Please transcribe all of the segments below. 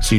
Si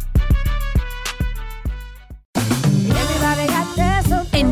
En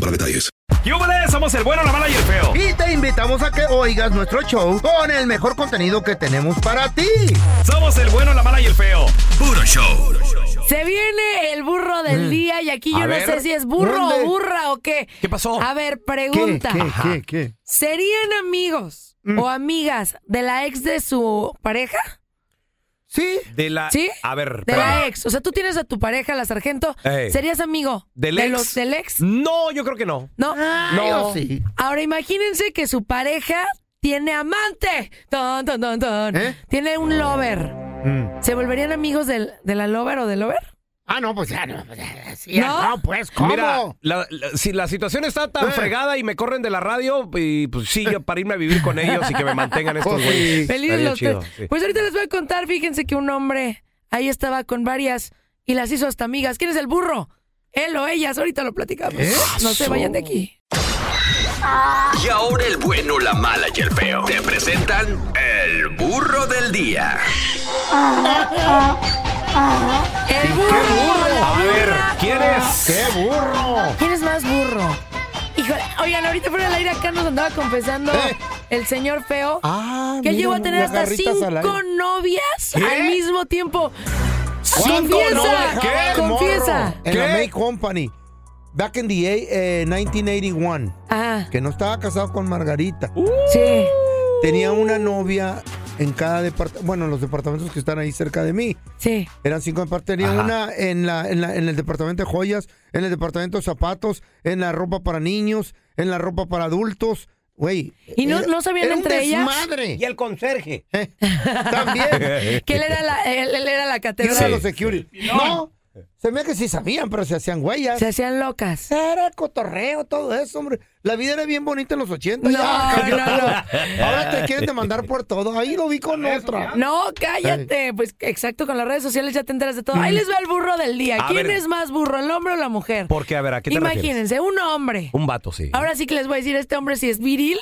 para detalles. ¡Yúbales! Somos el bueno, la mala y el feo. Y te invitamos a que oigas nuestro show con el mejor contenido que tenemos para ti. Somos el bueno, la mala y el feo. Puro show. Se viene el burro del día y aquí yo Mm. A no ver, sé si es burro ¿dónde? o burra o qué. ¿Qué pasó? A ver, ¿Qué, pregunta. qué, qué, qué? ¿Serían amigos Mm. o amigas de la ex de su pareja? Sí, De la. ¿Sí? Ah, A ver, De espérame. la ex. O sea, tú tienes a tu pareja, la sargento. Ey. ¿Serías amigo ¿Del de ex? los del ex? No, yo creo que no. No. oh, No. yo sí. Ahora imagínense que su pareja tiene amante. Ton, ton, ton, ton. ¿Eh? Tiene un lover. Mm. ¿Se volverían amigos del, de la lover o del lover? Ah, no, pues ya no. pues, ya, sí, ya ¿No? no, pues, ¿cómo? Mira, la- la- si la situación está tan Eh. fregada y me corren de la radio, y pues sí, yo para irme a vivir con ellos y que me mantengan estos Pues, güeyes. sí. Felices Estaría los chido, tres. sí. Pues ahorita les voy a contar, fíjense que un hombre ahí estaba con varias y las hizo hasta amigas. ¿Quién es el burro? Él o ellas, ahorita lo platicamos. No se vayan de aquí. Y ahora el bueno, la mala y el feo. Te presentan el burro del día. ¡El burro! la A ver, burra. ¿quién es? ¡Qué burro! ¿Quién es más burro? Híjole, oigan, ahorita fuera del aire acá nos andaba confesando Eh. el señor feo Ah, que él mira, llegó a tener las hasta garritas al aire. cinco novias al mismo tiempo. novias? Confiesa, ah, ¿Qué? confiesa. En ¿Qué? la May Company. Back in the eight- eh, 1981. Ajá, Que no estaba casado con Margarita. sí. Tenía una novia en cada departamento. Bueno, los departamentos que están ahí cerca de mí. Sí. Eran cinco departamentos. Tenía una en, la, en, la- en el departamento de joyas, en el departamento de zapatos, en la ropa para niños, en la ropa para adultos. Güey. ¿Y no- no sabían era un entre ellas? desmadre. el conserje. Eh, También. Que él era la, él, él era la Y catedral. ahora Eh. los security. No. Se me hace que sí sabían, pero se hacían huellas. Se hacían locas. Era cotorreo, todo eso, hombre. La vida era bien bonita en los 80. No, ya, cambió no, todo. no. Ahora te quieren demandar por todo. Ahí lo vi con otra. No, cállate. Pues exacto, con las redes sociales ya te enteras de todo. Ahí les va el burro del día. Mm. A ¿Quién ver. es más burro, el hombre o la mujer? Porque, a ver, ¿a qué te refieres? Imagínense, un hombre. Un vato, sí. Ahora sí que les voy a decir, este hombre si es viril,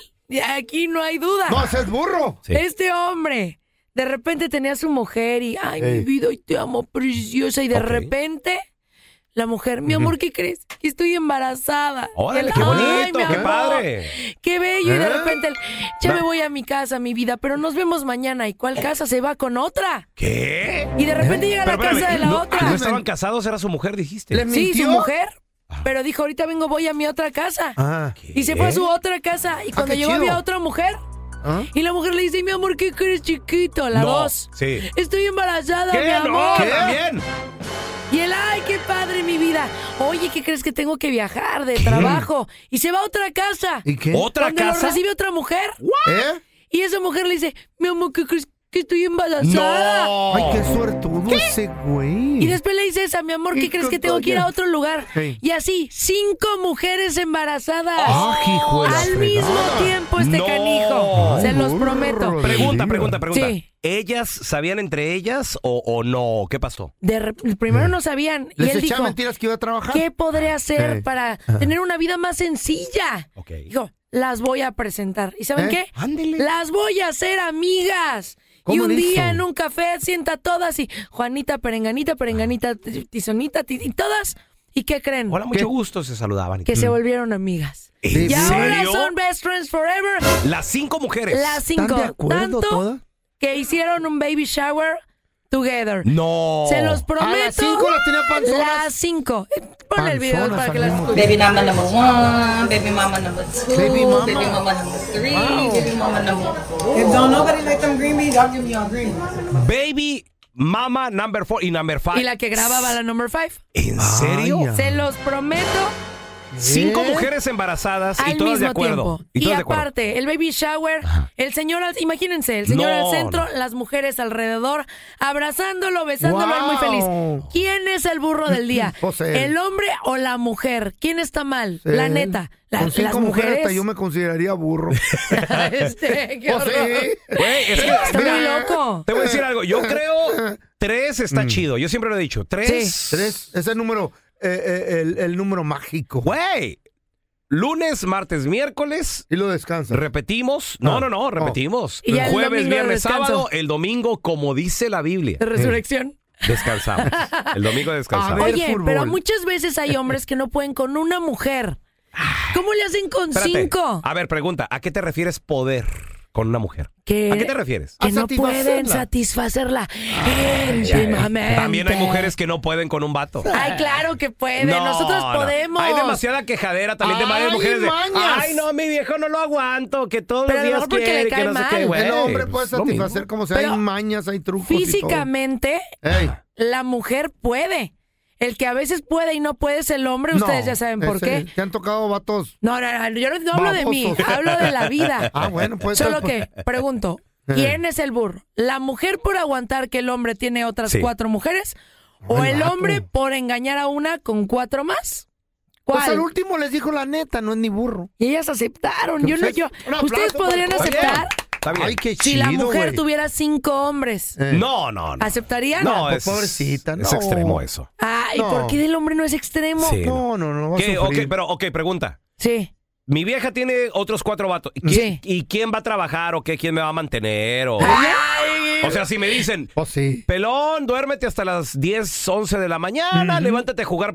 aquí no hay duda. No, ese es burro. Sí. Este hombre de repente tenía a su mujer y, ay, mi vida, hoy te amo, preciosa. Y de Ok. repente, la mujer, mi amor, ¿qué crees? Que estoy embarazada. Y Órale, él, qué "Ay, bonito, mi qué amor, padre. Qué bello. Y de ¿Eh? repente, él, ya No. me voy a mi casa, mi vida, pero nos vemos mañana. ¿Y cuál casa? Se va con otra. ¿Qué? Y de repente llega a la Pero espérame, casa de la no, ¿Ah, otra. No estaban casados, era su mujer, dijiste. Le- Sí, su ¿Mintió? mujer. Ah. Pero dijo, ahorita vengo, voy a mi otra casa. Ah. Y se fue a su otra Ah, casa. Y cuando qué llegó había chido. otra mujer. ¿Ah? Y la mujer le dice, mi amor, ¿qué crees, chiquito? La No, dos. sí. Estoy embarazada, mi ¿Qué? No, amor. también. Y él, ay, qué padre mi vida. Oye, ¿qué crees que tengo que viajar de trabajo? Y se va a otra casa. ¿Y qué? ¿Otra Cuando casa? lo recibe otra mujer. ¿Eh? Y esa mujer le dice, mi amor, ¿qué crees que estoy embarazada? No. Ay, qué suertudo ese güey. Oh. Y después le dice esa, mi amor, ¿qué Y crees con que tengo que ir a todo. otro lugar? Hey. Y así, cinco mujeres embarazadas. Ah, hijo de la Al fregada. mismo tiempo este No. canijo. Se Ay, los burro prometo. de- Pregunta, pregunta, pregunta. Sí. ¿Ellas sabían entre ellas o, o no? ¿Qué pasó? De re- primero no sabían. Y Les él echaba dijo, mentiras que iba a trabajar. ¿qué podré hacer Hey. para tener una vida más sencilla? Ok. Dijo, las voy a presentar. ¿Y saben ¿Eh? qué? Ándele. Las voy a hacer amigas. Y ¿Cómo un en día eso? en un Ah. café sienta todas y Juanita, Perenganita, Perenganita, Tizonita, Ti- y todas. ¿Y qué creen? Hola, mucho gusto, se saludaban. Que Mm. se volvieron amigas. ¿En y ahora serio? son best friends forever. Las cinco mujeres. Las cinco. ¿Están de acuerdo tanto todas? que hicieron un baby shower together. No. Se los prometo. A las cinco las tenía panzonas. Las cinco. Eh, Ponle el video Panzonas para que al las mismo escuchen. Baby mama number one, baby mama number two, Baby baby mama. mama, number three, baby mama number four. Baby, Mama, Number Four y Number Five. Y la que grababa la number five. ¿En serio? Ay, ya. Se los prometo Cinco ¿Eh? mujeres embarazadas al y todas de mismo acuerdo. tiempo. Y Y, todas de acuerdo. aparte, el baby shower, el señor, al- imagínense, el señor No, al centro, no. las mujeres alrededor, abrazándolo, besándolo, él muy Wow. feliz. ¿Quién es el burro del día? Pues él. ¿El hombre o la mujer? ¿Quién está mal? Sí. La neta. la- Eh, Con cinco las mujeres mujeres. hasta yo me consideraría burro. Este, qué Pues horror. sí. Güey, es que- Está mira, muy loco. Te voy a decir algo. Yo creo Ah. tres está chido. Yo siempre lo he dicho. Tres. Tres, ese número, eh, eh, el, el número mágico. Güey. Lunes, martes, miércoles. Y lo descansa. Repetimos. No, no, no. Repetimos. Oh. Y ya el Jueves, domingo de viernes, descanso. sábado. El domingo, como dice la Biblia. De resurrección. Descansamos. El domingo descansamos. A ver, Oye, fútbol. pero muchas veces hay hombres que no pueden con una mujer. ¿Cómo le hacen con Ah. Espérate. cinco? A ver, pregunta, ¿a qué te refieres poder con una mujer? ¿Qué? ¿A qué te refieres? A que no satisfacerla. pueden satisfacerla íntimamente. También hay mujeres que no pueden con un vato. Ay, claro que pueden. No, Nosotros no. podemos. Hay demasiada quejadera también de Ay, varias mujeres. de, mañas. Ay, no, mi viejo no lo aguanto, que todos Pero a lo los días mejor porque le quiere, cae que no sé mal. qué, güey. El hombre puede Pues, lo mismo. satisfacer como sea. Pero hay mañas, hay trucos. y todo. Físicamente, Ey, la mujer puede. El que a veces puede y no puede es el hombre. Ustedes no, ya saben por ese- qué. Te han tocado vatos. No, no, no. Yo no, no hablo de mí. Babosos. Hablo de la vida. Ah, bueno, pues. Solo que, pregunto, ¿quién es el burro? ¿La mujer por aguantar que el hombre tiene otras Sí. ah, cuatro mujeres? ¿O Ay, el vato. hombre por engañar a una con cuatro más? ¿Cuál? Pues al último les dijo la neta, no es ni burro. Y ellas aceptaron. Yo no, yo. Un aplauso, Ustedes podrían por favor. aceptar Está bien. Ay, qué chido. si la mujer güey. tuviera cinco hombres. Eh, No, no, no. ¿Aceptarían? No, pues, es, pobrecita, es no. extremo eso. Ay, No. ¿por qué del hombre no es extremo? Sí. Sí. No, no, no. Va a ¿Qué? Ok, sufrir. pero, ok, pregunta. Mi vieja tiene otros cuatro vatos. ¿Y, Sí. quién- y quién va a trabajar o qué? ¿Quién me va a mantener? O, Ah. Eh, o sea, si me dicen, Pues sí. Pelón, duérmete hasta las 10, 11 de la mañana, levántate a jugar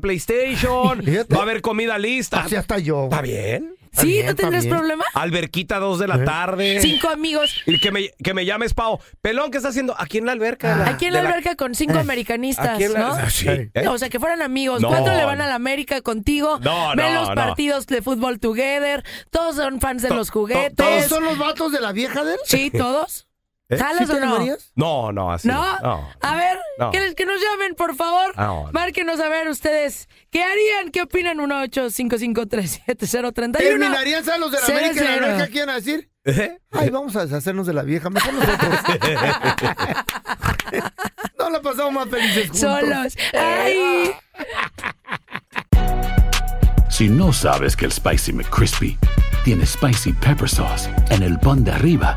PlayStation, Fíjate. va a haber comida lista. Así hasta yo. Ah, ¿Está bien? Está bien, ¿No está tendrás bien. problema? Alberquita 2 de la tarde. Cinco amigos. Y que me, que me llames, Pao. Pelón, ¿qué está haciendo? Aquí en la alberca. de la- Ah. Aquí en la de alberca con cinco Eh, americanistas, aquí en la- ¿no? Sí. Ey. ¿Eh? O sea, que fueran amigos. No. ¿Cuánto le van a la América contigo? No, Ven no, los no. partidos de fútbol together. Todos son fans de To- los to- juguetes. ¿Todos son los vatos de la vieja de él? Sí, todos. ¿Eh? ¿Jalas ¿Sí o te no? animarías? No, no, así. ¿No? Ah. A ver, No. que, les- que nos llamen, por favor. No, no. Márquenos a ver ustedes. ¿Qué harían? ¿Qué opinan? 1-855-37031. ¿Terminarían ¿sabes, los de la Cero, América y la cero. América qué iban a decir? ¿Eh? Ay, vamos a deshacernos de la vieja, mejor nosotros. no la pasamos más felices juntos. Eh. Solos. ¡Ay! Si no sabes que el Spicy McCrispy tiene Spicy Pepper Sauce en el pan de arriba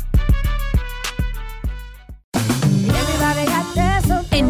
En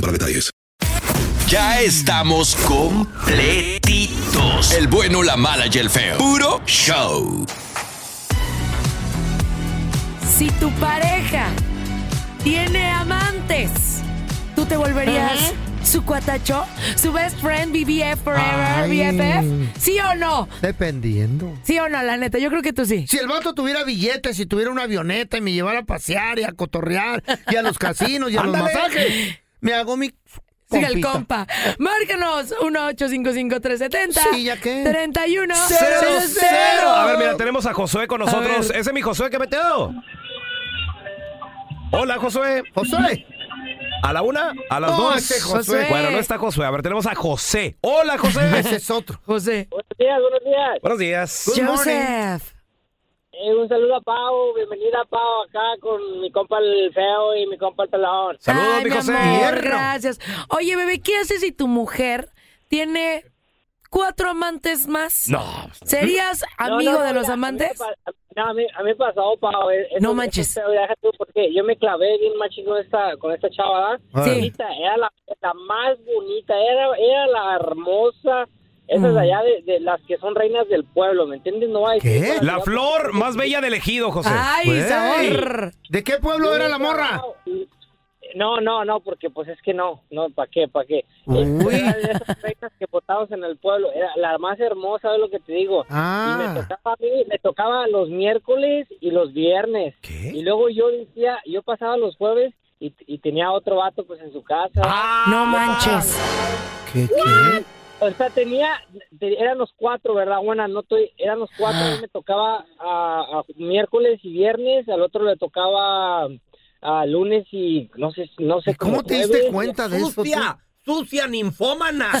para detalles. Ya estamos completitos. El bueno, la mala y el feo. Puro show. Si tu pareja tiene amantes, ¿tú te volverías su cuatacho, su best friend, BBF Forever, Ay. BFF. ¿Sí o no? Dependiendo. ¿Sí o no, la neta? Yo creo que tú sí. Si el vato tuviera billetes, si tuviera una avioneta y me llevara a pasear y a cotorrear y a los casinos y a los Ándale. masajes, me hago mi Sigue el compita. compa. Márcanos 1855370. Sí, ¿ya qué? 31 Cero, cero. A ver, mira, tenemos a Josué con nosotros. ver. Ese es mi Josué que metido. Hola, Josué. José, ¿A la una? ¿A las No, dos? ese Josué. Bueno, no está Josué. A ver, tenemos a José. Hola, ese José. es otro. José. Buenos días. Good morning. Joseph. un saludo a Pau, bienvenida Pau acá con mi compa el feo y mi compa el pelón. Saludos, Ay, mi mi José. amor, Hierro. gracias. Oye, bebé, ¿qué haces si tu mujer tiene cuatro amantes más? No. ¿Serías amigo de los amantes? No, a mí, a mí me pasó, Pau. eh, No eso- manches. eso es feo, deja tú, porque yo me clavé bien machín con esta, con esta chava, ¿verdad? Sí. Bonita, Era la, la más bonita, era, era la hermosa. Esas Mm. de allá de, de las que son reinas del pueblo, ¿me entiendes? No hay. ¿Qué? La flor más bella del ejido, José. Ay, Güey. sabor. ¿De qué pueblo era la morra? No, no, no, porque pues es que no, no, ¿para qué, para qué? Uy. Era de esas reinas que botabas en el pueblo, era la más hermosa, es lo que te digo. Y me Ah, tocaba a mí, me tocaba los miércoles y los viernes. Y luego yo decía, yo pasaba los jueves y, y tenía otro vato pues en su casa. Ah. Ah. No manches. ¿qué, qué? O sea, tenía, te- eran los cuatro, ¿verdad? Bueno, no estoy, eran los cuatro, Ah. a mí me tocaba a, a miércoles y viernes, al otro le tocaba a lunes y no sé, no sé. ¿Y cómo como te diste jueves. cuenta de eso? tú? sucia, ninfómana.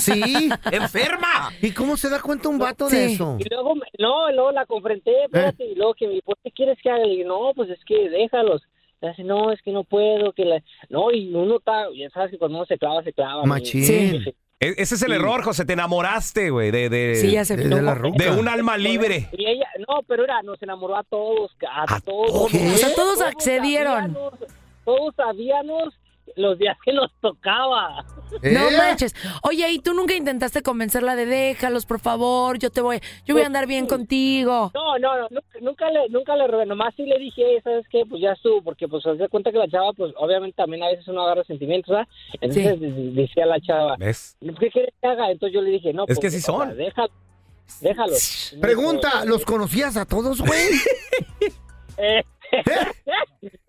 Sí. Enferma. ¿Y cómo se da cuenta un vato de Sí. eso? Y luego, me- no, luego la confronté, espérate, y luego que me dijo, "¿Por ¿qué quieres que haga? Le digo, no, pues es que déjalos. Le dice, no, es que no puedo, que la... No, y uno está, ya sabes que cuando uno se clava, se clava. mi- Machín. Sí. E- ese es el error, José. Te enamoraste, güey, de, de, Sí, ya se De, de la ruca. de un alma libre. Y ella, no, pero era, nos enamoró a todos, a, ¿A todos? todos. O sea, todos accedieron. sabíamos- todos sabíamos los días que nos tocaba. ¿Eh? No manches. Oye, ¿y tú nunca intentaste convencerla de déjalos, por favor? Yo te voy, yo voy a andar bien contigo. No, no, no, nunca, nunca le, nunca le robé, nomás sí le dije, "Ey, ¿sabes qué? Pues ya estuvo, porque pues haz de cuenta que la chava, pues obviamente también a veces uno agarra sentimientos, ¿verdad? Entonces d- decía la chava, ¿Ves? Pues, ¿qué quieres que haga? Entonces yo le dije, no, Es que pues, sí o son. sea, déjalo, déjalo. Pregunta, ¿los conocías a todos, güey? Eh,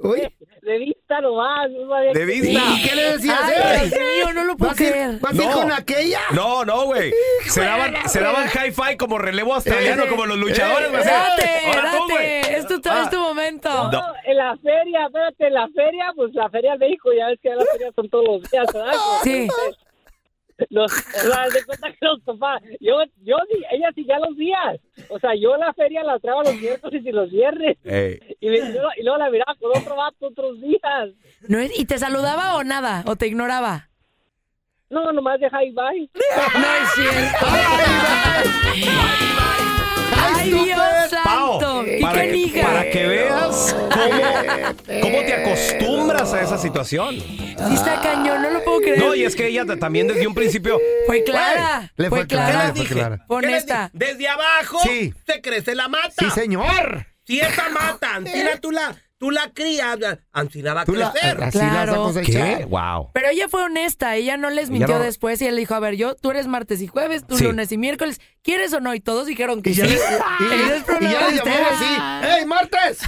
Oye, de vista nomás, no sabía De que- vista. ¿Y qué le decías? Ay, eh? Dios mío, no lo puedo ¿Vas a creer. ir, vas a ir No. con aquella? No, no, güey. Se daban, se daban hi-fi como relevo australiano, como los luchadores. güey. Date, Ahora tú, güey. date. Es tu, es tu momento. No. No, en la feria, espérate, en la feria, pues la feria de México, ya ves que las ferias son todos los días, ¿verdad? Pues, Sí. Los, o sea, haz de cuenta que los papás, yo, yo, sí- ella sí ya los días, o sea, yo la feria la traba los miércoles y los viernes, Ey. y, me- y luego, y luego la miraba con otro vato otros días, No es- ¿Y te saludaba o nada? ¿O te ignoraba? no, nomás de high bye. No es cierto. ¡Ay, Dios Pao, santo! ¿Y para, qué que, liga? para que veas cómo, cómo te acostumbras a esa situación. Sí está cañón, no lo puedo creer. No, y es que ella ta- también desde un principio. Fue clara. Le fue fue clara, le clara. fue clara. Fue honesta. Desde abajo Sí. se crece la mata. Sí, señor. Si esa mata, Antina, tú la, tú la crías, Antina va a Tú la, así la vas a Claro. cosechar. ¿Qué? Wow. Pero ella fue honesta, ella no les Ella mintió no- después y él dijo, a ver, yo, tú eres martes y jueves, tú Sí. lunes y miércoles, ¿quieres o no? Y todos dijeron que Y ya sí. le, y, Ese es y problema ya de le llamó ustedes. así. ¡Ey, martes!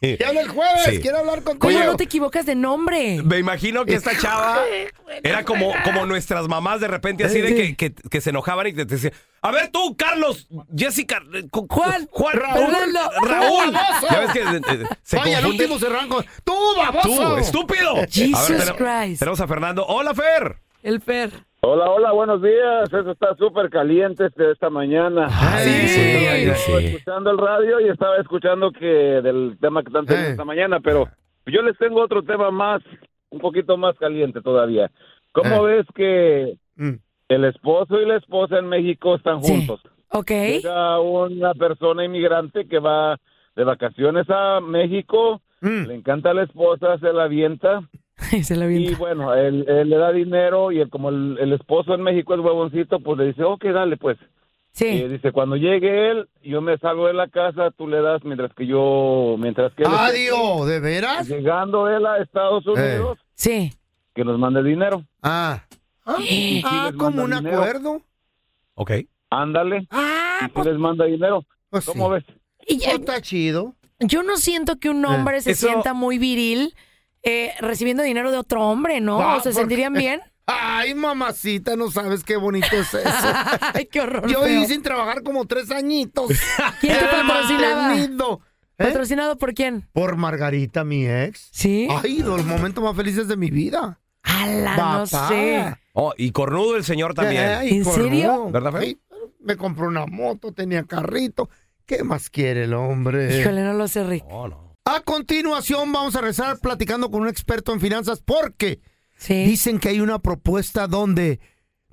Te hablo el jueves, Sí. quiero hablar contigo. ¿Cómo no te equivocas de nombre? Me imagino que esta chava era como, como nuestras mamás de repente, así de que, que, que se enojaban y te, te decían, a ver tú, Carlos, Jessica, eh, cu- Juan, Juan, Raúl, Fernando. Raúl. Baboso. Ya ves que eh, eh, se Vaya, el confunde. último cerrón con... ¡Tú, baboso! Tú, estúpido. Jesus tenemos- Christ. Tenemos a Fernando. Hola, Fer. El Fer. Hola, hola, buenos días. Eso está súper caliente este, esta mañana. Sí. sí, Estaba escuchando el radio y estaba escuchando que del tema que están teniendo Eh. esta mañana, pero yo les tengo otro tema más, un poquito más caliente todavía. ¿Cómo ves que Eh. Mm. el esposo y la esposa en México están Sí. juntos? Ok. Llega una persona inmigrante que va de vacaciones a México, Mm. le encanta a la esposa, se la avienta, Se la y avienta. bueno, él, él le da dinero y él, como el, el esposo en México es huevoncito, pues le dice, ok, dale pues. Y Sí. dice, cuando llegue él, yo me salgo de la casa, tú le das mientras que yo, mientras que él... esté ¡Adiós! ¿De veras? Eh. Llegando él a Estados Unidos, Sí. que nos mande dinero. Ah. Ah, sí, ah, les como un manda dinero. acuerdo. Ok. Ándale. y si les manda dinero. ¿Cómo ves? Pues pues, está chido. Yo no siento que un hombre Eh, se eso- sienta muy viril eh, recibiendo dinero de otro hombre, ¿no? Ah, ¿O se ¿por sentirían qué? bien? Ay, mamacita, no sabes qué bonito es eso. Ay, qué horror. Yo feo. viví sin trabajar como tres añitos. ¿Quién te patrocinaba? Mantenido. ¿Eh? ¿Patrocinado por quién? Por Margarita, mi ex. Sí. Ay, los momentos más felices de mi vida. ¡Hala, no sé. Oh, y cornudo el señor también. ¿En serio? ¿Verdad, Fer? Me compró una moto, tenía carrito. ¿Qué más quiere el hombre? Híjole, no lo sé, Rick. A continuación vamos a rezar platicando con un experto en finanzas porque dicen que hay una propuesta donde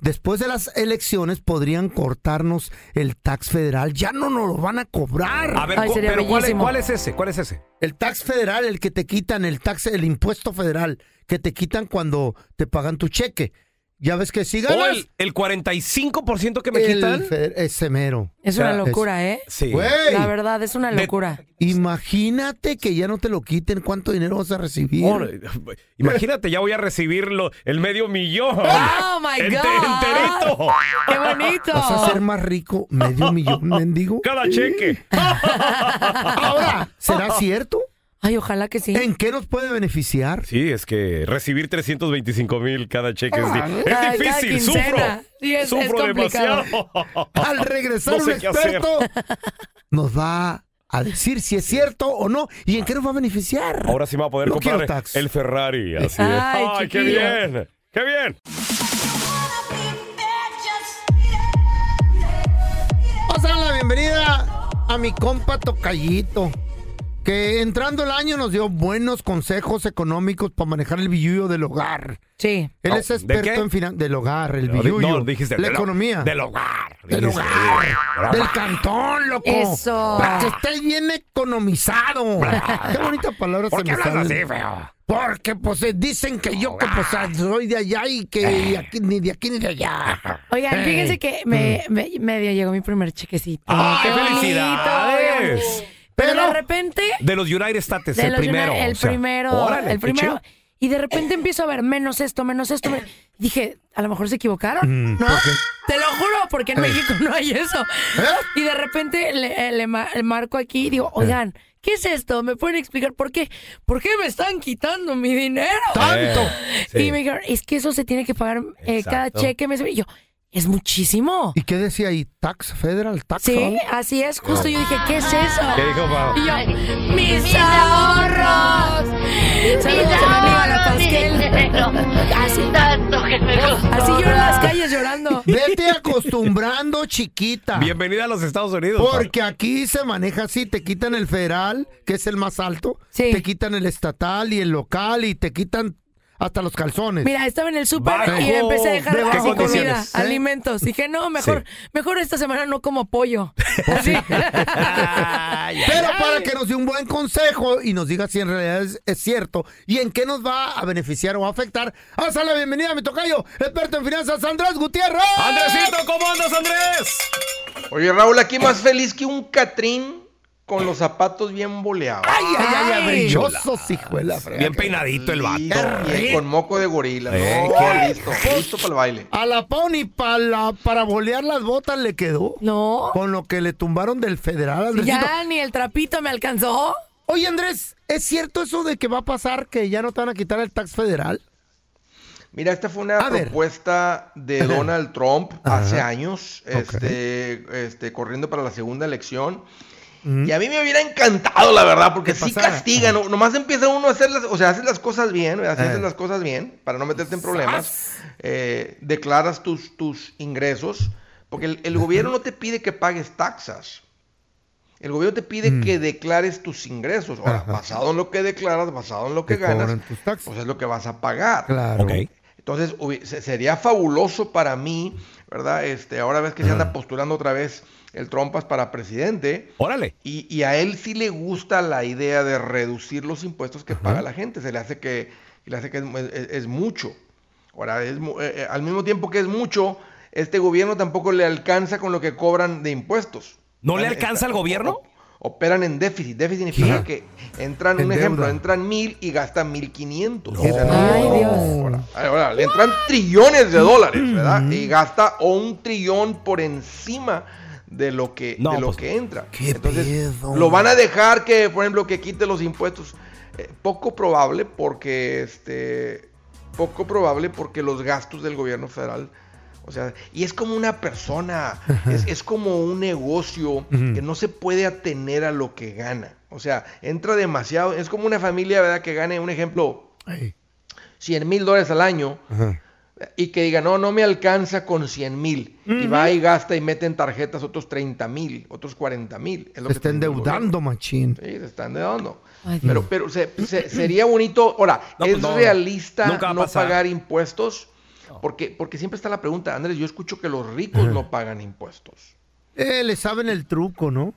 después de las elecciones podrían cortarnos el tax federal. Ya no nos lo van a cobrar. A ver, cu- pero ¿cuál es, cuál es ese? ¿Cuál es ese? El tax federal, el que te quitan, el tax, el impuesto federal que te quitan cuando te pagan tu cheque. Ya ves que si ¿O ganas el, el 45% que me el quitan? fe- ese mero. Es una locura, ¿eh? Sí. Güey. La verdad, es una locura. Imagínate que ya no te lo quiten, ¿cuánto dinero vas a recibir? Ahora, Oh, Imagínate, ya voy a recibir lo- el medio millón. Oh, my Ente- God. Enterito. ¡Qué bonito! Vas a ser más rico medio millón, mendigo. Cada cheque. Ahora, ¿será cierto? Ay, ojalá que sí. ¿En qué nos puede beneficiar? Sí, es que recibir 325 mil cada cheque es, di- Ah, es cada difícil, sufro. quincena. Sí, es- es sufro complicado. demasiado. Al regresar No sé un qué hacer. experto nos va a decir si es cierto o no y en qué nos va a beneficiar. Ahora sí me va a poder No quiero comprar tax. el Ferrari. Así es. Ay, Ay, qué chiquillo. bien. Qué bien. Vamos a dar la bienvenida a mi compa Tocayito, que entrando el año nos dio buenos consejos económicos para manejar el billullo del hogar. Sí. Él No, es ¿de experto qué? en finanzas del hogar, el No, di- billullo. no, dijiste la del- economía. del hogar. Del Dijiste, hogar. del- Del cantón, loco. Eso. Para que estés bien economizado. qué bonita palabra ¿Por se qué me hablas sale. así, feo? Porque pues eh, dicen que yo que pues ah, Eh. soy de allá y que aquí- ni de aquí ni de allá. Oigan, Eh. fíjense que me, me- medio llegó mi primer chequecito. ¡Ay, ¡Qué bonito! felicidades! Pero, de repente... De los United States, de Este, el los primero. United- el o sea, primero. órale, el qué chido. primero. Y de repente empiezo a ver menos esto, menos esto. men- Dije, a lo mejor se Mm, equivocaron. ¿No? ¿por qué? Te lo juro, porque en Eh. México no hay eso. Y de repente le, eh, le ma- le marco aquí y Eh. digo, oigan, ¿qué es esto? ¿Me pueden explicar por qué? ¿Por qué me están quitando mi dinero? ¡Tanto! Sí. Y me dijeron, es que eso se tiene que pagar eh, cada Exacto. cheque. mes". Y yo, es muchísimo. ¿Y qué decía ahí? ¿Tax federal? ¿Tax? Sí, algo? así es. Justo yo dije, ¿qué es eso? ¿Qué dijo, Pao? Y yo, mis ahorros. Saludos a mi amiga La Pasquel. Así, así yo en las calles llorando. Vete acostumbrando, chiquita. Bienvenida a los Estados Unidos. Porque aquí se maneja así, te quitan el federal, que es el más alto, te quitan el estatal y el local y te quitan hasta los calzones. Mira, estaba en el súper Bajo. y empecé a dejar ¿De así bajo comida, condiciones? ¿Eh? alimentos. Dije, no, mejor, mejor esta semana no como pollo. Así. Pero para que nos dé un buen consejo y nos diga si en realidad es, es cierto y en qué nos va a beneficiar o a afectar, haz la bienvenida a mi tocayo, experto en finanzas, Andrés Gutiérrez. Andresito, ¿cómo andas, Andrés? Oye, Raúl, aquí más feliz que un Catrín con los zapatos bien boleados. Ay, ay, ay, ay, Ay. brillosos, hijo de la fregada. Bien peinadito el vato. Y con moco de gorila. Eh, no, qué- listo, listo para el baile. A la Pony pa la- para bolear las botas le quedó. No. Con lo que le tumbaron del federal, Andresito. Ya ni el trapito me alcanzó. Oye, Andrés, ¿es cierto eso de que va a pasar que ya no te van a quitar el tax federal? Mira, esta fue una A ver. propuesta de Donald Trump Ajá. hace años, Ok. este, este, corriendo para la segunda elección. Mm. Y a mí me hubiera encantado, la verdad, porque ¿Qué sí pasara? castigan. ¿no? Nomás empieza uno a hacer las, o sea, haces las cosas bien, ¿verdad? Si Eh. haces las cosas bien, para no meterte en problemas, eh, declaras tus, tus ingresos, porque el, el gobierno no te pide que pagues taxas. El gobierno te pide Mm. que declares tus ingresos. Ahora, Ajá. basado en lo que declaras, basado en lo que Te ganas, cobran tus taxas. pues es lo que vas a pagar. Claro. Entonces, hubi- se- sería fabuloso para mí, ¿verdad? Este, ahora ves que se Eh. anda postulando otra vez el Trompas para presidente. Órale. Y, y a él sí le gusta la idea de reducir los impuestos que paga la gente. Se le hace que, le hace que es, mu- es- es mucho. Ahora, es mu- eh, eh, al mismo tiempo que es mucho, este gobierno tampoco le alcanza con lo que cobran de impuestos. ¿No le Está- alcanza al gobierno? operan en déficit. Déficit significa Ajá. que entran, En un deuda. ejemplo, entran mil y gastan mil quinientos. Ay, Ahora, ahora, le entran trillones de dólares, ¿verdad? Y gasta un trillón por encima de lo que, de lo pues, que entra. Entonces, lo van a dejar que, por ejemplo, que quite los impuestos. Eh, poco probable porque este. Poco probable porque los gastos del gobierno federal. O sea, y es como una persona, es, es como un negocio Ujú. que no se puede atener a lo que gana. O sea, entra demasiado, es como una familia, ¿verdad? Que gane, un ejemplo, 100 mil dólares al año y que diga, no, no me alcanza con 100 mil. Y va y gasta y mete en tarjetas otros 30 mil, otros 40 mil. Se está endeudando, machín. Sí, se está endeudando. Ay, Dios. pero pero se- se- sería bonito, ahora, No, ¿es pues no, realista nunca va a no pasar. pagar impuestos? Porque, porque siempre está la pregunta, Andrés, yo escucho que los ricos no pagan impuestos. Eh, le saben el truco, ¿no?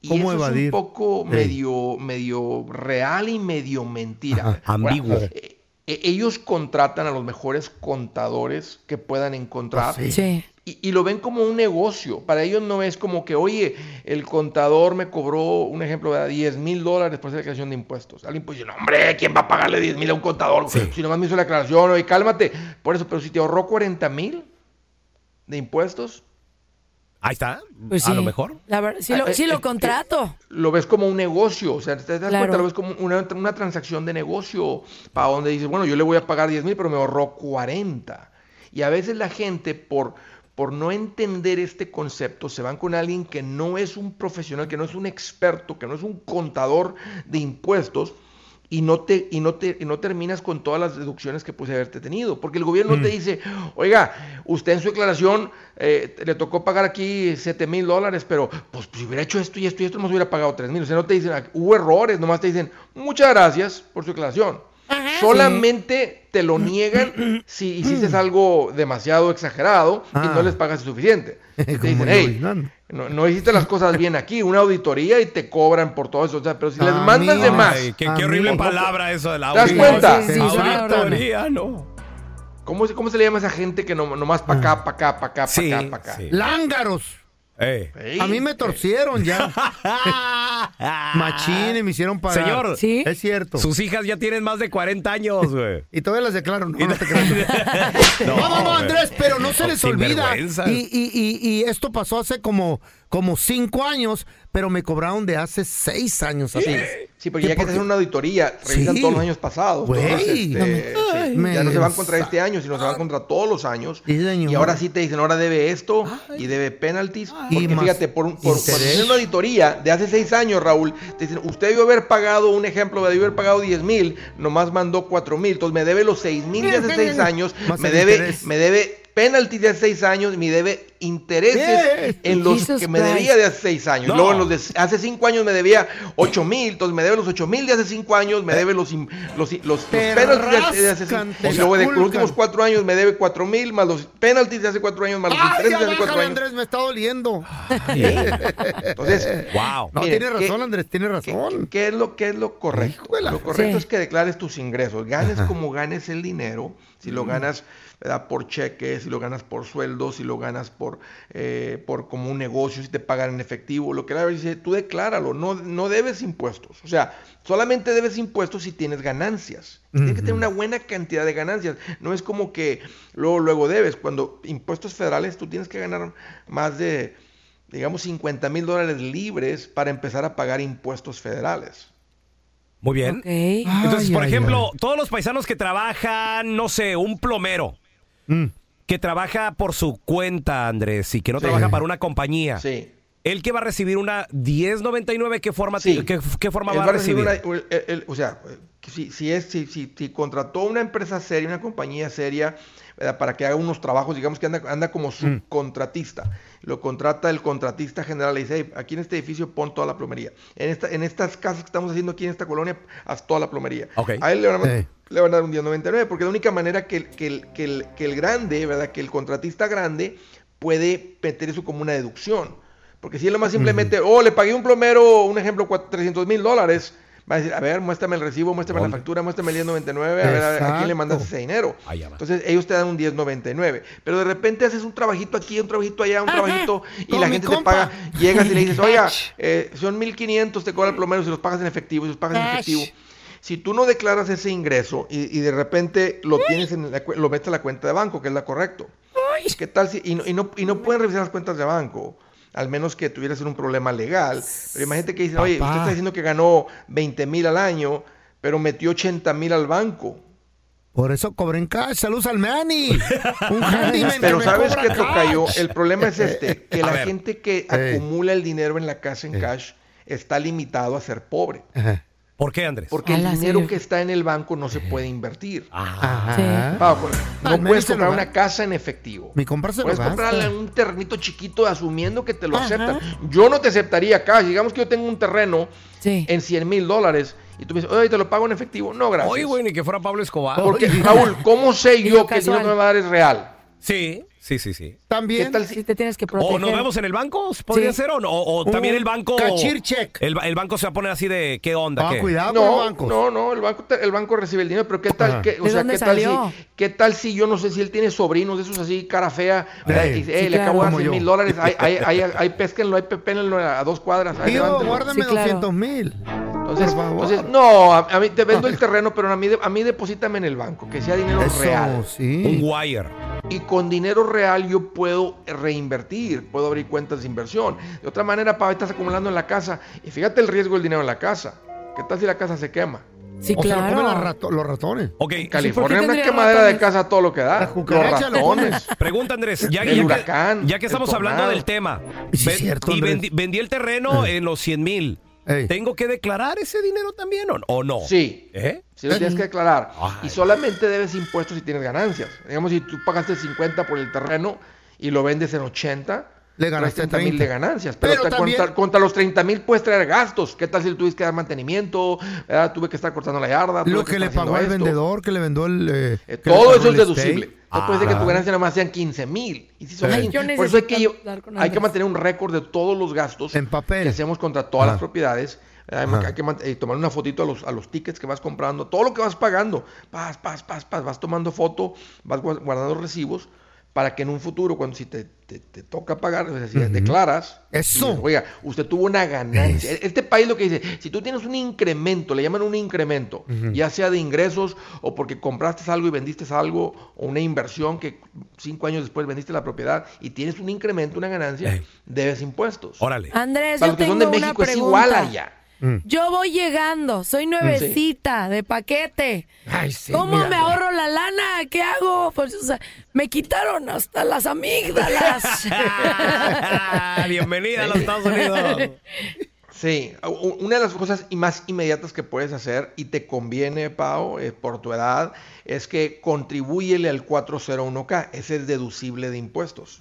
Y ¿Cómo eso evadir? Es un poco Sí. medio, medio real y medio mentira. Ajá, Ahora, ambiguo. eh, eh, ellos contratan a los mejores contadores que puedan encontrar. Pues sí. Sí. Y, y lo ven como un negocio. Para ellos no es como que, oye, el contador me cobró, un ejemplo, ¿verdad? 10 mil dólares por hacer declaración de impuestos. Alguien puede decir, no, hombre, ¿quién va a pagarle 10 mil a un contador? Si nomás me hizo la declaración, oye, cálmate. Por eso, pero si te ahorró 40 mil de impuestos, Ahí está. Pues a sí. lo mejor. La verdad, sí lo, Ah, sí eh, lo eh, contrato. lo ves como un negocio, o sea, te das Claro. cuenta, lo ves como una, una transacción de negocio, para donde dices, bueno, yo le voy a pagar 10 mil, pero me ahorró 40. Y a veces la gente, por, por no entender este concepto, se van con alguien que no es un profesional, que no es un experto, que no es un contador de impuestos, y no te y no te y no terminas con todas las deducciones que puede haberte tenido porque el gobierno te dice oiga usted en su declaración eh, le tocó pagar aquí 7 mil dólares pero pues si hubiera hecho esto y esto y esto no se hubiera pagado 3 mil o sea no te dicen "Ah, hubo errores nomás te dicen muchas gracias por su declaración Ah, eh, solamente te lo niegan si hiciste algo demasiado exagerado y Ah. no les pagas el suficiente te Como dicen el hey original. no, no hiciste las cosas bien aquí una auditoría y te cobran por todo eso o sea, pero si les Ah, Amigo. mandas de más Ay, qué, A qué horrible mí. palabra eso de la ¿Te das auditoría. cuenta? Sí, sí, sí, Auditoría, no. ¿Cómo, se- ¿Cómo se le llama a esa gente que no, nomás Ah. para acá, para acá, para acá, para acá, para acá? Lángaros. A mí me torcieron ya. Machín, y me hicieron pagar. Señor, Es cierto. Sus hijas ya tienen más de 40 años, güey. y todavía las declaro. No, no te creas. no, No, no, no, güey. Andrés, pero no se No, les sin olvida. vergüenza. Y, y- y- y esto pasó hace como, como cinco años, pero me cobraron de hace seis años. Sí, atrás. sí, porque ya que por te qué? hacen una auditoría, revisan Sí. todos los años pasados. Güey. Entonces, este, No me- sí, Ay, ya no me se van contra sa- este año, sino se van contra todos los años. Sí, señor. Y ahora sí te dicen, ahora debe esto y debe penalties. Y Porque más fíjate, por, un- por, por interés. tener una auditoría de hace seis años, Raúl, te dicen, usted debió haber pagado, un ejemplo, debió haber pagado 10 mil, nomás mandó 4 mil, entonces me debe los 6 mil de hace seis años, Más me el debe, interés. me debe penalties de hace seis años, me debe intereses Yes. en los Jesus que me Christ. debía de hace seis años. No. Luego en los de hace cinco años me debía ocho mil, entonces me debe los ocho mil de hace cinco años, me debe los, im- los, los, los penalties de, de hace cinco rascan, te y luego de los sepulcan. últimos cuatro años me debe cuatro mil, más los penalties de hace cuatro años, más los Ay, intereses ya de hace cuatro bájale, años. Andrés, Eh, me está doliendo. Entonces, wow. No, tiene razón, Andrés, tiene razón. ¿qué, es lo, ¿Qué es lo correcto? Lo correcto es que declares tus ingresos. Ganes como ganes el dinero, si lo ganas ¿verdad? por cheques, si lo ganas por sueldos, si lo ganas por, eh, por como un negocio, si te pagan en efectivo, lo que la dice, tú decláralo, no, no debes impuestos. O sea, solamente debes impuestos si tienes ganancias. Tienes que tener una buena cantidad de ganancias. No es como que luego, luego debes. Cuando impuestos federales, tú tienes que ganar más de digamos, 50 mil dólares libres para empezar a pagar impuestos federales. Muy bien. Entonces, por ejemplo, todos los paisanos que trabajan, no sé, un plomero que trabaja por su cuenta, Andrés, y que no trabaja para una compañía. Sí. El que va a recibir una 1099, ¿qué forma, ti- qué, qué forma Él va a va a recibir recibir? una- el- el- el- o sea, que si, si es, si, si- si contrató una empresa seria, una compañía seria, ¿verdad? para que haga unos trabajos, digamos que anda, anda como Mm. subcontratista. Lo contrata el contratista general, le dice, "Hey, aquí en este edificio pon toda la plomería. En, esta, en estas casas que estamos haciendo aquí en esta colonia, haz toda la plomería. Ok. A él le van a, Sí. le van a dar un 10.99, porque es la única manera que el, que el- que el- que el grande, ¿verdad? Que el contratista grande puede meter eso como una deducción. Porque si él nomás simplemente, oh, le pagué a un plomero, un ejemplo, 400 mil dólares, va a decir, a ver, muéstrame el recibo, muéstrame la factura, muéstrame el 1099, a ver a, ver, a quién le mandaste ese dinero. Entonces ellos te dan un 1099, pero de repente haces un trabajito aquí, un trabajito allá, un trabajito y con la mi gente compa. te paga, llegas y le dices, oiga, eh, son 1500, te cobra el plomero si los pagas en efectivo, si los pagas en Cash. efectivo. Si tú no declaras ese ingreso y, y de repente lo tienes en la cu- lo metes a la cuenta de banco, que es la correcto. ¿Qué tal si y no, y no- y no pueden revisar las cuentas de banco? Al menos que tuvieras un problema legal. Pero imagínate que dicen, oye, usted Papá. está diciendo que ganó 20 mil al año, pero metió 80 mil al banco. Por eso cobren cash. Saludos al Manny. Un handyman Pero que me sabes cobra que cash. tocayo, el problema es este, que Eh, A la ver. gente que Eh. acumula el dinero en la casa en cash está limitado a ser pobre. ¿Por qué, Andrés? Porque el dinero que está en el banco no se puede invertir. Ah. Ajá. Sí. Paco, Al no menos puedes se lo comprar gasta. una casa en efectivo. Mi compra se lo Puedes gasta. comprarle un terrenito chiquito asumiendo que te lo aceptan. Yo no te aceptaría cash. Digamos que yo tengo un terreno en 100 mil dólares y tú me dices, oye, te lo pago en efectivo. No, gracias. Oye, güey, ni que fuera Pablo Escobar. Ah, Porque, Raúl, ¿cómo sé Y lo yo que el dinero que me va a dar es real? Sí, sí, sí, sí. También. ¿Qué tal si- te tienes que proteger. O nos vemos en el banco, podría Sí. ser, o, no, o- o Un también el banco. cachir El, ba- el banco se va a poner así de qué onda. qué? Ah, pues, no, no, no, el banco, te- el banco recibe el dinero, pero ¿qué tal, Ajá. que, o ¿De sea, dónde ¿qué, tal si, salió? qué tal si yo no sé si él tiene sobrinos de esos así, cara fea, ¿verdad? Ey, Y dice, sí, "Ey, le claro. acabo de dar Como 100 mil yo. dólares, ahí, ahí, ahí, ahí pésquenlo, ahí pepénenlo a dos cuadras. ahí Tío, levántenlo". guárdame 200 mil. Entonces, Por favor. entonces, no, a, a mí te vendo el terreno, pero a mí, de- a mí deposítame en el banco, que sea dinero Eso, real. sí. Un wire. Y con dinero real yo puedo reinvertir, puedo abrir cuentas de inversión. De otra manera, para estás acumulando en la casa. Y fíjate el riesgo del dinero en la casa. ¿Qué tal si la casa se quema? o se lo comen las rato- los ratones. Ok. California es una quemadera de casa todo lo que da. Los cucarachas, los ratones. Pregunta, Andrés, ya, El ya huracán, que, ya que el estamos hablando tornado. del tema. Sí, ven- es cierto, y Andrés. vendi- vendí el terreno en los 100 mil. ¿Tengo que declarar ese dinero también o, o no? Sí. ¿Eh? Si lo tienes que declarar. Ay. Y solamente debes impuestos si tienes ganancias. Digamos, si tú pagaste 50 por el terreno y lo vendes en 80, Le ganaste traes 30,000 de 30. ganancias. Pero, Pero te- también- contra, contra los 30 mil puedes traer gastos. ¿Qué tal si le tuviste que dar mantenimiento? ¿verdad? Tuve que estar cortando la yarda. tuve Lo que le estar pagó al haciendo esto. vendedor, que le vendió el. eh, que le Todo pagó eso es el estate. deducible. No puede ser que tu claro. ganancia nada más sean 15 mil. Y si son Sí. quin- Yo por eso hay necesito que, lle- hablar con hay que Andrés. mantener un récord de todos los gastos que hacemos contra todas las propiedades. Hay Ajá. que man- eh, tomar una fotito a los, a los tickets que vas comprando, todo lo que vas pagando. Paz, paz, paz, paz. Vas tomando foto, vas gua- guardando recibos para que en un futuro, cuando si te, te- te toca pagar, o sea, si Ujú. declaras. Eso. dices, Oiga, usted tuvo una ganancia. Este país lo que dice, si tú tienes un incremento, le llaman un incremento, Ujú. ya sea de ingresos o porque compraste algo y vendiste algo o una inversión que cinco años después vendiste la propiedad y tienes un incremento, una ganancia, debes impuestos. Órale. Andrés, Para yo los que son de tengo una México es igual pregunta. allá. Mm. Yo voy llegando, soy nuevecita, de paquete. ¿Cómo mira, me ahorro la lana? ¿Qué hago? Pues, o sea, me quitaron hasta las amígdalas. Ah, bienvenida a los Estados Unidos. Sí, u- una de las cosas y más inmediatas que puedes hacer y te conviene, Pau, eh, por tu edad, es que contribúyele al 401k, ese es deducible de impuestos.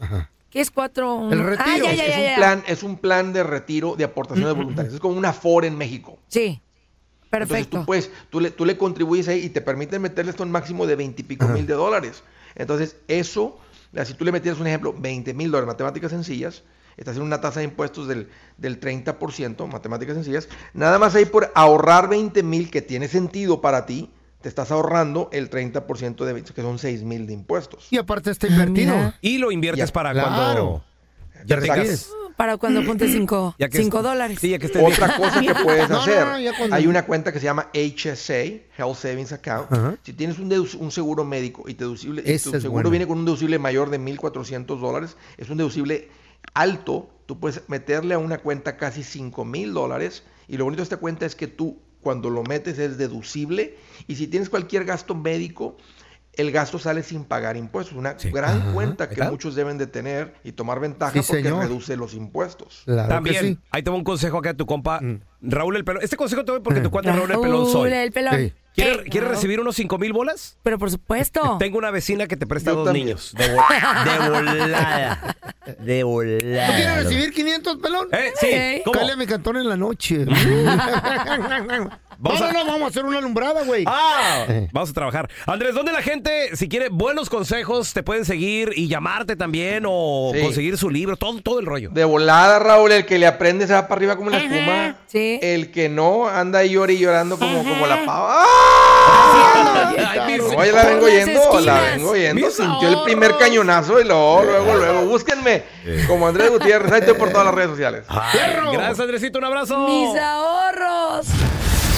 ¿Qué es cuatro? El Ah, ya, ya, es, ya, un ya. Plan, es un plan de retiro de aportaciones voluntarias. Es como una FORE en México. Sí. Entonces tú, pues, tú le, tú le contribuyes ahí y te permiten meterle hasta un máximo de 20 y pico mil de dólares. Entonces, eso, mira, si tú le metieras un ejemplo, 20 mil dólares, matemáticas sencillas, estás en una tasa de impuestos del, del 30%, matemáticas sencillas, nada más ahí por ahorrar 20 mil que tiene sentido para ti, te estás ahorrando el 30% de 20, que son 6 mil de impuestos. Y aparte está invertido. Y lo inviertes para claro. cuando ya Exacto. tengas- Para cuando ponte cinco, Ya que cinco es- dólares. Sí, ya que esté Otra cosa que puedes No, no, hacer, no, ya cuando- hay una cuenta que se llama HSA, Health Savings Account. Ajá. Si tienes un, dedu- un seguro médico y, te deducible, y Esa tu es seguro buena. viene con un deducible mayor de 1.400 dólares, es un deducible alto, tú puedes meterle a una cuenta casi 5.000 dólares y lo bonito de esta cuenta es que tú cuando lo metes es deducible y si tienes cualquier gasto médico, el gasto sale sin pagar impuestos. Una gran Ajá. cuenta que ¿Verdad? muchos deben de tener y tomar ventaja Sí, porque señor. reduce los impuestos. Claro que También, sí. Mm. ahí tengo un consejo acá de tu compa Raúl el Pelón. Este consejo te doy porque tu cuate Raúl el Pelón soy. Raúl el Pelón. Sí. ¿Quieres, Eh, quieres claro. recibir unos cinco mil bolas? Pero por supuesto. Tengo una vecina que te presta Yo dos también. niños. De, vol- de volada. De volada. ¿Tú quieres recibir 500, pelón? Eh, sí, ¿cómo? Cale a mi cantón en la noche. Vamos no, no, no, vamos a hacer una alumbrada, güey. Ah, vamos a trabajar. Andrés, ¿dónde la gente, si quiere buenos consejos, te pueden seguir y llamarte también o Sí. conseguir su libro? Todo, todo el rollo. De volada, Raúl, el que le aprende se va para arriba como la espuma. El que no anda ahí llorando y llorando como, como la pava. Ay, mis- No, ya la vengo por las yendo, la esquinas. vengo yendo. Mis Sintió el primer cañonazo y luego, Eh. luego, luego. Búsquenme como Andrés Gutiérrez. Ahí estoy por todas las redes sociales. Gracias, Andresito, un abrazo. Mis ahorros.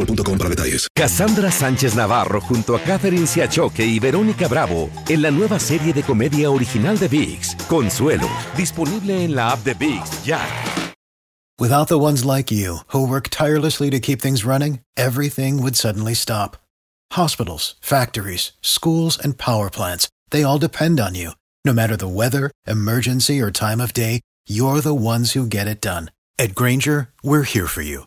para detalles. Cassandra Sánchez Navarro junto a Catherine Siachoque y Verónica Bravo en la nueva serie de comedia original de VIX, Consuelo, disponible en la app de VIX ya. Without the ones like you, who work tirelessly to keep things running, everything would suddenly stop. Hospitals, factories, schools, and power plants, they all depend on you. No matter the weather, emergency, or time of day, you're the ones who get it done. At Granger, we're here for you